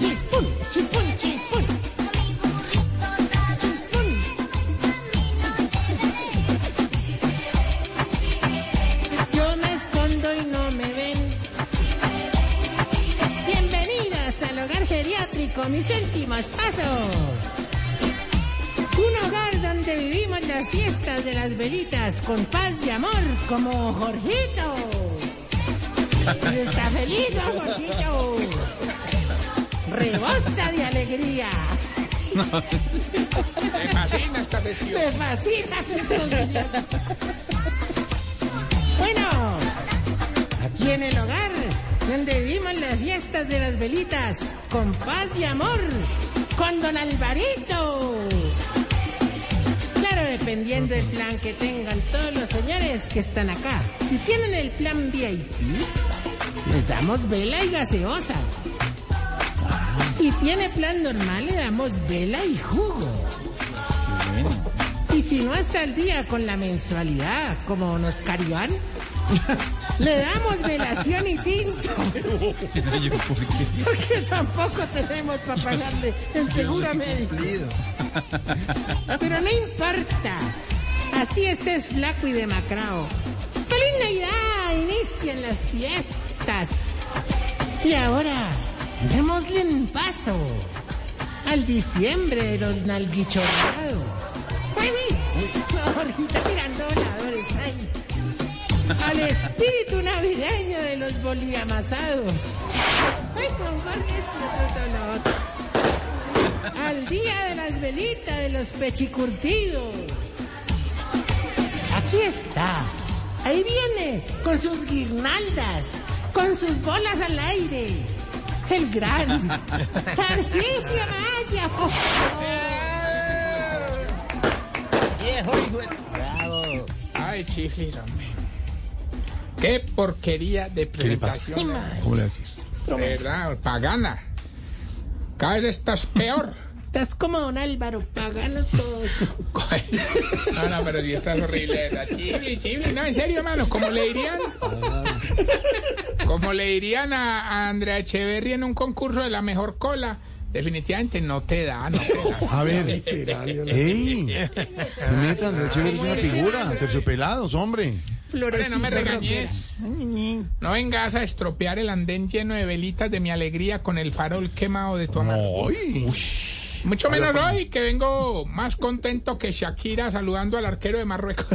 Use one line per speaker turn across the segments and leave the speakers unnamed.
Chispun, chispun, chispun. Chispun. Yo me escondo y no me ven. Bienvenidas al hogar geriátrico, mis últimos pasos. Un hogar donde vivimos las fiestas de las velitas con paz y amor, como Jorgito. Y está feliz, don Jorgito. Rebosa de alegría. Me fascina estos días. Bueno, aquí en el hogar, donde vivimos las fiestas de las velitas, con paz y amor, con don Alvarito. Claro, dependiendo del plan que tengan todos los señores que están acá. Si tienen el plan VIP, les damos vela y gaseosa. Si tiene plan normal, le damos vela y jugo. Y si no está al día con la mensualidad, como nos cargan, le damos velación y tinto. Porque tampoco tenemos para pagarle en seguro médico. Pero no importa. Así estés flaco y demacrado. ¡Feliz Navidad! Inician las fiestas. Y ahora, démosle un paso al diciembre de los nalguichorrados. ¡Uy, uy! Ahorita tirando voladores ahí. Al espíritu navideño de los boliamasados. ¡Ay, don Jorge, esto, esto, lo otro. Al día de las velitas de los pechicurtidos. Aquí está. Ahí viene, con sus guirnaldas, con sus bolas al aire. El gran Tarcisio Maya.
Ay, chiflis, hombre. Qué porquería de presentación. De verdad, pagana. Cada vez estás peor.
Estás como don Álvaro, pagano todo.
No, Ah, no, pero sí estás horrible. ¿verdad? Chiflis, chiflis. No, en serio, hermano. Como le dirían? Como le dirían a, a Andrea Echeverry en un concurso de la mejor cola. Definitivamente no te da, no te da.
A ver, ¡ey! Se metan, de chévere, es una figura, terciopelados, hombre.
Hombre, no me regañes. No vengas a estropear el andén lleno de velitas de mi alegría con el farol quemado de tu amor.
¡Ay!
Mucho menos hoy, que vengo más contento que Shakira saludando al arquero de Marruecos.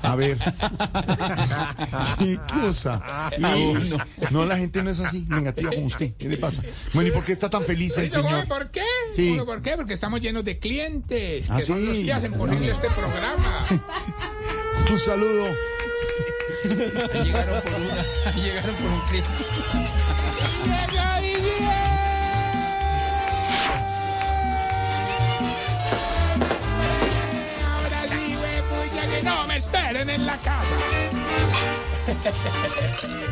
A ver. ¡Qué cosa! Y- no, la gente no es así, negativa como usted. ¿Qué le pasa? Bueno, ¿y por qué está tan feliz el
Pero, güey,
señor?
¿Por qué?
Sí.
Bueno, ¿Por qué? Porque estamos llenos de clientes, que
Ah,
son
sí.
los que hacen posible este programa.
Un saludo.
Llegaron por una, llegaron por un cliente.
¡Llega Didier! Ahora sí, huepucha, que no me esperen en la casa.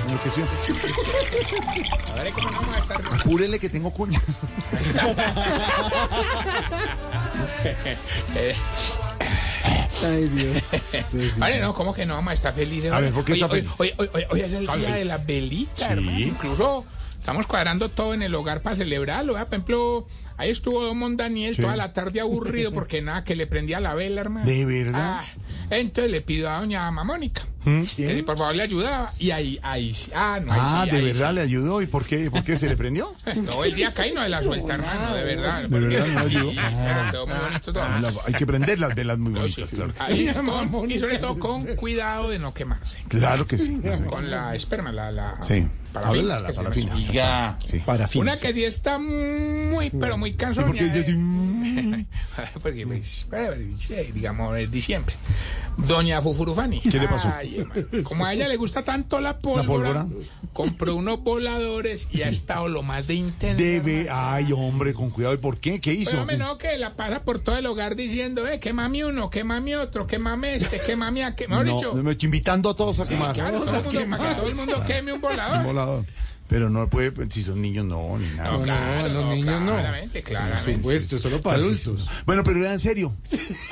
Enloqueció.
A ver cómo no vamos a estar.
Apúrele que tengo cuñas. Ay, Dios.
Vale, no, ¿cómo que no vamos a estar felices?
A ver, ¿por qué
¿eh? Oye,
está
hoy,
feliz?
Hoy, hoy- hoy- hoy es el
Está
día
feliz.
de la velita,
Sí.
hermano. Incluso estamos cuadrando todo en el hogar para celebrarlo. ¿verdad? Por ejemplo, ahí estuvo Don Mondaniel toda la tarde aburrido porque nada, que le prendía la vela, hermano.
¿De verdad?
Ah, Entonces le pido a doña Mamónica. que si
¿Quién?
por favor le ayudaba. Y ahí, ahí, sí. ah, no, ahí
Ah,
sí,
¿de
ahí
verdad
sí.
le ayudó? ¿Y por qué, por qué se le prendió?
No, el día caí no de la suelta, hermano, de verdad.
¿De verdad no
Sí,
ayudó?
claro, todo muy bonito todo.
La- hay que prender las velas muy
No, sí,
bonitas, claro. que sí.
ahí, con- y sobre todo con cuidado de no quemarse.
Claro que sí. sí.
Con la esperma, la, la
Sí.
parafina,
Háblala,
es que se
la
llama
parafina.
así.
Oiga,
Sí.
Para fin.
Una que sí está muy, pero muy
¿Y
cansona.
por qué dice así? "Mm"?
Porque, pues, para ver, sí, digamos, es diciembre. Doña Fufurufani.
¿Qué le pasó?
Ay, hermano, como a ella le gusta tanto la pólvora,
pólvora?
compró unos voladores y ha estado lo más de intenso.
Debe, ay, hombre, con cuidado. ¿Y por qué? ¿Qué hizo?
Pero hombre, no, que la para por todo el hogar diciendo, eh, que mami uno, que mami otro, que mami este, que mami aquel. Mejor dicho,
No, me estoy invitando a todos a quemar.
claro, todo el mundo, para que todo el mundo queme un volador.
Un volador. Pero no puede, pues, si son niños, no, ni nada.
No, claro,
a los niños no.
Claramente, claramente.
Supuesto, solo para adultos.
Bueno, pero era en serio.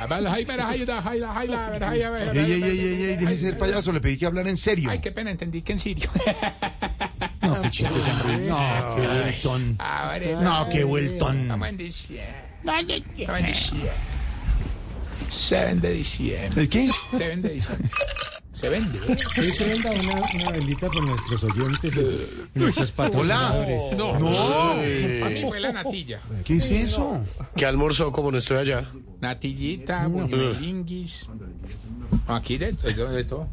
Además, ay, verás, ay, verás, ay, verás, ay, verás, ay, verás, ay,
Ey, ey, ey,
verás,
ey, ey,
ay,
deje de ser payaso, le pedí que hablara en serio.
Ay, qué pena, entendí que en Sirio.
No, qué chiste tan ruin. No, qué vueltón.
Ahora,
No, qué vueltón.
Estamos en diciembre. Estamos en diciembre. 7 de diciembre.
¿El qué?
7 de diciembre. Se vende. ¿eh?
Que prenda una, una velita por nuestros oyentes, y nuestros patrocinadores.
No. No.
Para mí fue la natilla.
¿Qué es eso?
¿Qué almorzó como no estoy allá?
Natillita, buñuelinguis. No, aquí de, de, de todo.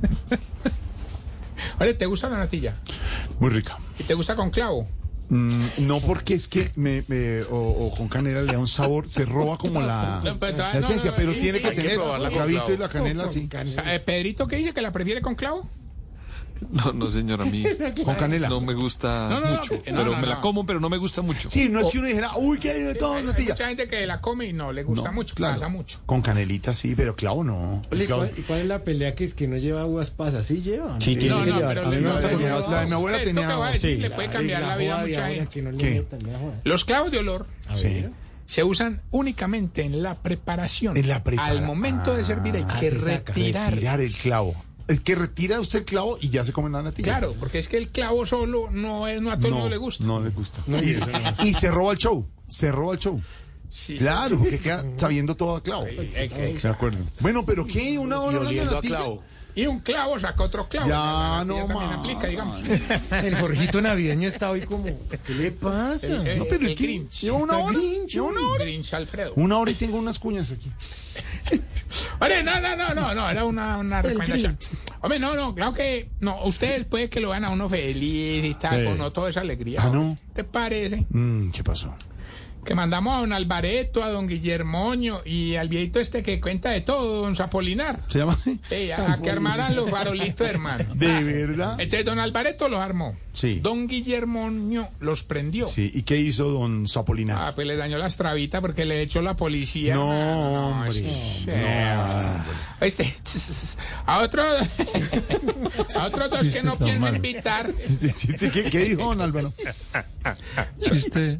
Oye, ¿te gusta la natilla?
Muy rica.
¿Y te gusta con clavo?
Mm, No, porque es que me, me- o, o con canela le da un sabor, se roba como la,
No, pero
la
todavía no,
esencia,
no,
pero
no,
tiene
hay
que
que
tener
probarla
el
con
clavito
clavo.
y la canela, sí.
O sea, eh, ¿Pedrito qué dice? ¿Que la prefiere con clavo?
No, no, señor, a mí
Con canela.
no me gusta
No, no, no,
mucho.
no,
pero
no,
me
no.
la como, pero no me gusta mucho.
Sí, no es
Oh.
que uno dijera, uy, que hay de todo,
Hay
natilla.
mucha gente que la come y no le gusta
No,
mucho,
claro.
pasa mucho.
Con canelita sí, pero clavo no.
Oye, ¿y
Clavo-
cuál, y cuál es la pelea que es que no lleva uvas pasas? Sí lleva.
Sí, tiene
No,
que
no,
llevar.
pero
A mí
le-
me gusta
no,
con
no,
la- la de mi
no,
abuela
esto que
tenía.
voy a decir le puede
Claro,
cambiar
y
la vida a
joda de
mucha
ahora
gente.
que no le
¿Qué?
metan la joda.
Los clavos de olor
A
Sí.
ver.
se usan únicamente en la preparación.
En la prepara-
Al momento de servir hay
Ah,
que
se saca.
retirar.
Retirar el clavo. Es que retira usted el clavo y ya se come la natilla.
Claro, porque es que el clavo solo no es no a todo el mundo le gusta.
No le gusta. y, y se roba el show. Se roba el show.
Sí.
Claro, porque queda sabiendo todo a clavo.
Eh, eh,
De acuerdo. Bueno, pero ¿qué? Una hora
Y
hablando de
oliendo a
natilla?
clavo.
Y un clavo saca otro clavo.
Ya,
La natilla
no
también
más.
aplica, digamos.
El Jorgito navideño está hoy como, ¿qué le pasa?
Eh,
No, pero es
el
que
Grinch.
lleva una
Está
hora.
Grinch,
Lleva una hora.
Grinch Alfredo.
Una hora y tengo unas cuñas aquí.
Oye, no, no, no, no, no, era una, una recomendación. Hombre, no, no, claro que no, ustedes puede que lo vean a uno feliz y tal,
Sí.
con no toda esa alegría.
Ah, ¿no?
¿Te parece?
Mm, ¿Qué pasó?
Que mandamos a don Alvareto, a don Guillermoño y al viejito este que cuenta de todo, don Zapolinar.
¿Se llama así?
Eh, a, a que armaran los farolitos, hermano.
¿De verdad?
Entonces, don Alvareto los armó.
Sí.
Don Guillermoño los prendió.
Sí. ¿Y qué hizo don Zapolina?
Ah, pues le dañó las trabitas porque le echó la policía.
No,
hermano, no,
hombre,
es- Oíste, a otro, a otros dos que no pienso invitar.
¿Qué, ¿Qué dijo don Álvaro?
Chiste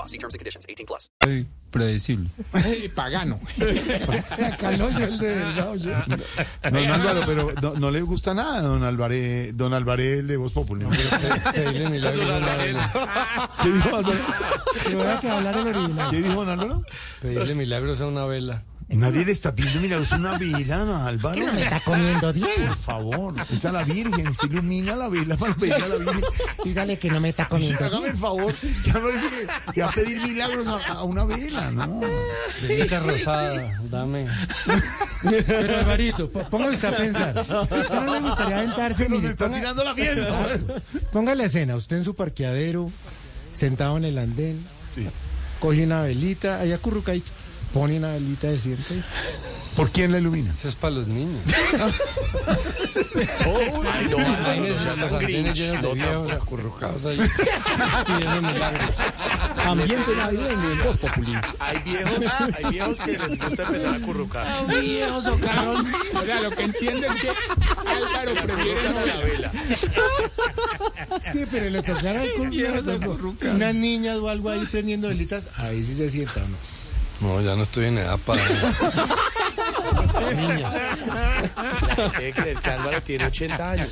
y predecible.
Y pagano.
el de verdad, oye.
Don Álvaro, pero no, no le gusta nada a don Álvarez, don Álvarez el de Voz Populi. ¿no?
Pedirle milagro, don Álvaro.
¿Qué dijo don Álvaro?
Te voy a que hablar el original.
¿Qué dijo don Álvaro?
Pedirle milagros a una vela.
Nadie le está pidiendo milagros, una vela, don Álvaro.
No me está comiendo bien.
Por favor, es a la Virgen, usted ilumina la vela para pedir a la Virgen.
Dígale que no me está
Sí,
comiendo
Hágame
bien.
el favor, ya no es que- ya pedir milagros a, a una vela, no.
Velita rosada, dame. Pero Alvarito, po- póngame usted a pensar. ¿Usted no le gustaría aventarse?
Se nos
mire,
está
ponga-
tirando la fiesta.
Ponga la escena, usted en su parqueadero, sentado en el andén, coge una velita, allá currucaito, pone una velita de cierto.
¿Por quién la ilumina?
Eso es para los niños.
Ay, no, Álvaro, no sea
Los
tan
andenes
grinch.
llenos de
No,
viejos
tampoco.
acurrucados ahí, pidiendo milagros. Ambiente navideño en Voz Populi.
Hay viejos, ah, hay viejos que les gusta empezar a currucar.
Viejos
oh,
o carros. O sea, lo que entiendo es que Álvaro prefiere no la vela.
Sí, pero le tocará con una, unas niñas o algo ahí prendiendo velitas, ahí sí se sienta uno.
No, ya no estoy en edad para.
Tiene que creer que Álvaro tiene 80 años.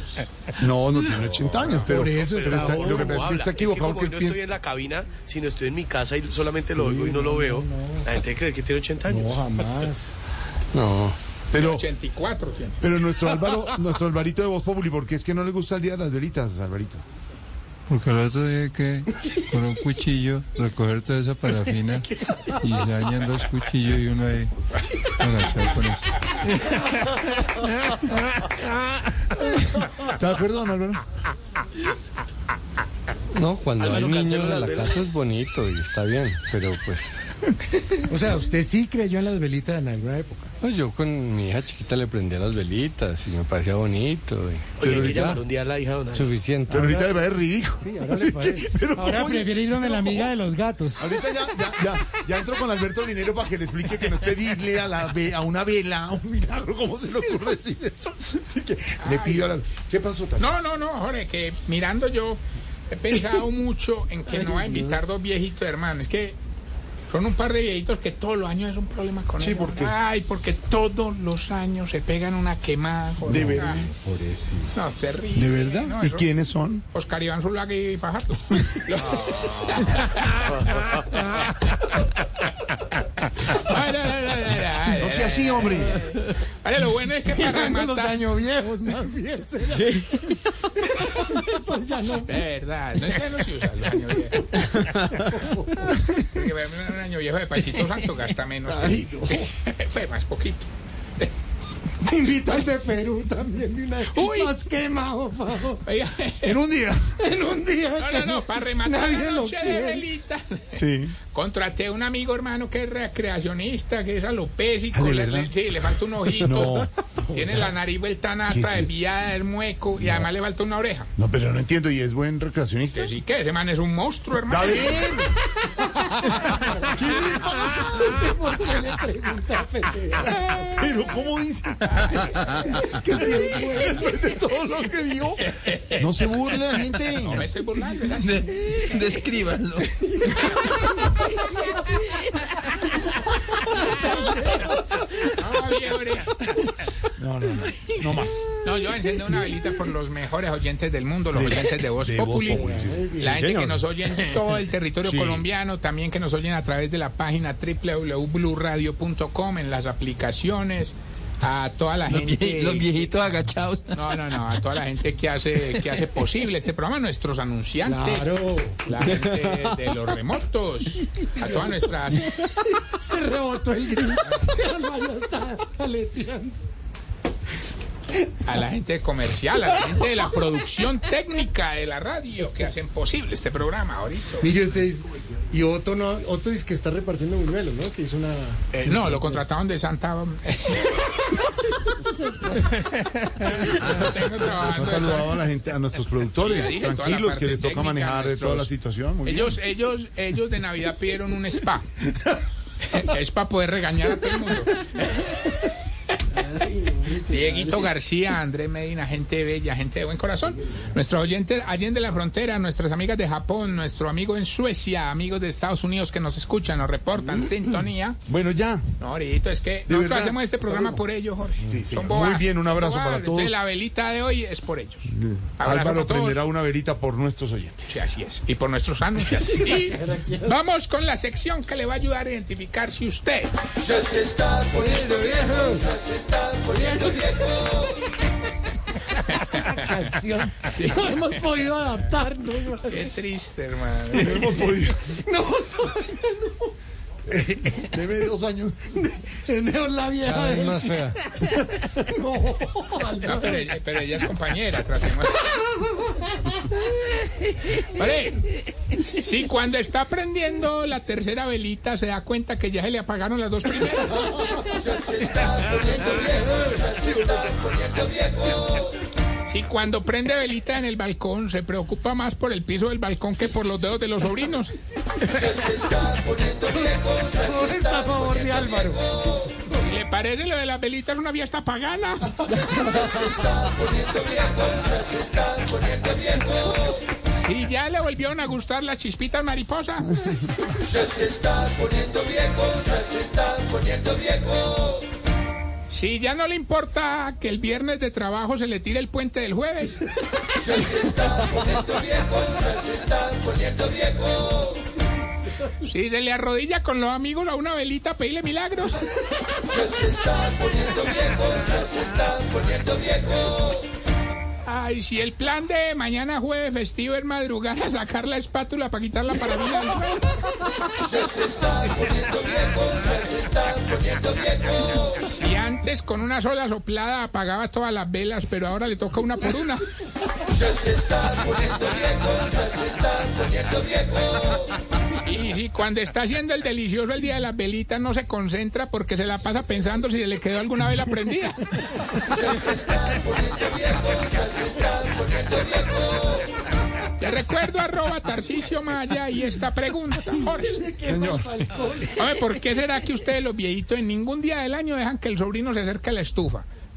No, no tiene 80 años, pero,
Por eso
pero
está
está, lo que
¿Cómo
pasa es que
habla?
está equivocado.
Es que como
que
hoy no
piensa-
estoy en la cabina, sino estoy en mi casa y solamente lo oigo y no lo veo. La gente cree que tiene 80 años.
No, jamás.
No. Pero,
84 tiene.
pero nuestro Álvaro, nuestro Alvarito de Voz Populi, ¿por qué es que no le gusta el día de las velitas, Alvarito?
Porque el otro día hay que con un cuchillo recoger toda esa parafina y se dañan dos cuchillos y uno ahí agachado con eso.
¿Está de acuerdo, don Álvaro?
No, cuando
Álvaro,
hay niños
cancela
en
las
la
velas.
casa es bonito y está bien, pero pues
O sea, usted sí creyó en las velitas en alguna época.
no, yo con mi hija chiquita le prendía las velitas y me parecía bonito. y-
Oye,
pero
hay que
ya,
llamar un día a la hija de Don Álvaro.
suficiente.
Pero ahorita le va a ridículo.
Sí, ahora le parece. Ahora prefiere ir donde la amiga de los gatos.
Ahorita ya, ya, ya, ya entro con Alberto Linero para que le explique que no es pedirle a, la ve- a una vela, a un milagro, ¿cómo se le ocurre decir eso? Que le pido a la... ¿Qué pasó, Tarcisio?
No, no, no, Jorge, que mirando yo he pensado mucho en que no va a invitar dos viejitos hermanos. Es que son un par de viejitos que todos los años es un problema con
Sí,
ellos.
¿por qué?
Ay, porque todos los años se pegan una quemada. Jorge.
¿De verdad?
Ay, No, terrible.
¿De verdad?
No,
¿Y
eso-
quiénes son?
Oscar Iván Zulaga y Fajardo. Ay, no, no, no, no, no, no.
No sea así, hombre.
Vale, lo bueno es que para rematar...
los años viejos, más bien. será. Eso ya no.
De verdad, no es que no se usa el año viejo. Porque para mí un año viejo de paisito santo gasta menos. que-
Ay,
Fue más poquito.
Invita al de Perú también de una vez.
Uy.
Más quemado, favor.
Oiga,
En un día.
En un día.
no, no, no, para rematar
Nadie
la
lo
noche de
quiere.
velita.
Sí.
Contraté a un amigo hermano que es recreacionista, que es
Ah,
alopésico,
¿de
le,
verdad?
le- sí, le falta un ojito,
No.
tiene la nariz vuelta
¿Qué es
nata,
eso?
desviada del mueco y además le falta una oreja.
No, pero no entiendo. ¿Y es buen recreacionista?
Así que ese man es un monstruo, hermano.
¡David!
¿Por qué le pregunta a Fede?
¿Pero cómo dice?
Es que sí es bueno.
Después de todo lo que vio. No se burle la gente.
No me estoy burlando, es así.
De- descríbanlo.
Ah, viejo, eres.
No, no, no. No más.
No, yo enciendo una velita por los mejores oyentes del mundo, los oyentes de Voz
de Voz
Populi.
Populi, sí, sí. Sí,
La gente
señor.
que nos oye en todo el territorio
Sí.
colombiano, también que nos oyen a través de la página www.bluradio.com, en las aplicaciones, a toda la
Los,
gente.
vie- los viejitos agachados.
No, no, no, a toda la gente que hace, que hace posible este programa, nuestros anunciantes,
Claro.
la gente de los remotos, a todas nuestras
Se rebotó el grinch. Álvaro está aleteando.
a la gente comercial, a la gente de la producción técnica de la radio que hacen posible este programa ahorita.
Mire ustedes, y Otto, no, Otto dice que está repartiendo buñuelos, ¿no? Que hizo una...
Eh, no, lo contrataron de Santa. Lo tengo trabajando
No
de
saludado a la gente, a nuestros
Ya
productores,
dije, toda la
tranquilos,
parte
que les toca
técnica,
manejar de toda la
nuestros-
situación. Muy bien.
Ellos, ellos, ellos de Navidad pidieron un spa. es para poder regañar a todo el mundo. Dieguito García, Andrés Medina, gente bella, gente de buen corazón. Nuestros oyentes Allende la Frontera, nuestras amigas de Japón, nuestro amigo en Suecia, amigos de Estados Unidos que nos escuchan, nos reportan sintonía.
Bueno, ya.
No, Orito, es que nosotros
verdad,
hacemos este
hasta
programa
luego.
por ellos, Jorge.
Sí, señor.
Son bobadas,
Muy bien, un abrazo
son
para
bobadas.
todos.
Entonces, la velita de hoy es por ellos. Abrazo
Álvaro
para todos.
prenderá una velita por nuestros oyentes.
Sí, así es. Y por nuestros anunciantes. Y vamos con la sección que le va a ayudar a identificar si usted
Canción. No hemos podido adaptarnos.
Qué triste, hermano.
No hemos podido.
No, soy-
Deme dos años.
es mejor la vieja
Cada vez
de...
más fea.
No, Álvaro.
No, Ah, pero, ella- pero ella es compañera, tratemos. Vale. Si cuando está prendiendo la tercera velita se da cuenta que ya se le apagaron las dos primeras. Si cuando prende velita en el balcón se preocupa más por el piso del balcón que por los dedos de los sobrinos.
Está a favor de Álvaro.
Y le parece lo de las velitas una fiesta pagana. Y ya le volvieron a gustar las chispitas mariposa. Si ya no le importa que el viernes de trabajo se le tire el puente del jueves. Si se le arrodilla con los amigos a una velita, pedile milagros. Ay, si el plan de mañana jueves festivo es madrugar a sacar la espátula para quitar la parabila del suelo. Si antes con una sola soplada apagaba todas las velas, pero ahora le toca una por una. Y si cuando está haciendo el delicioso el día de las velitas no se concentra porque se la pasa pensando si se le quedó alguna vela prendida. Te recuerdo arroba Tarcicio Maya y esta pregunta. Jorge. Señor. Oye, ¿por qué será que ustedes los viejitos en ningún día del año dejan que el sobrino se acerque a la estufa?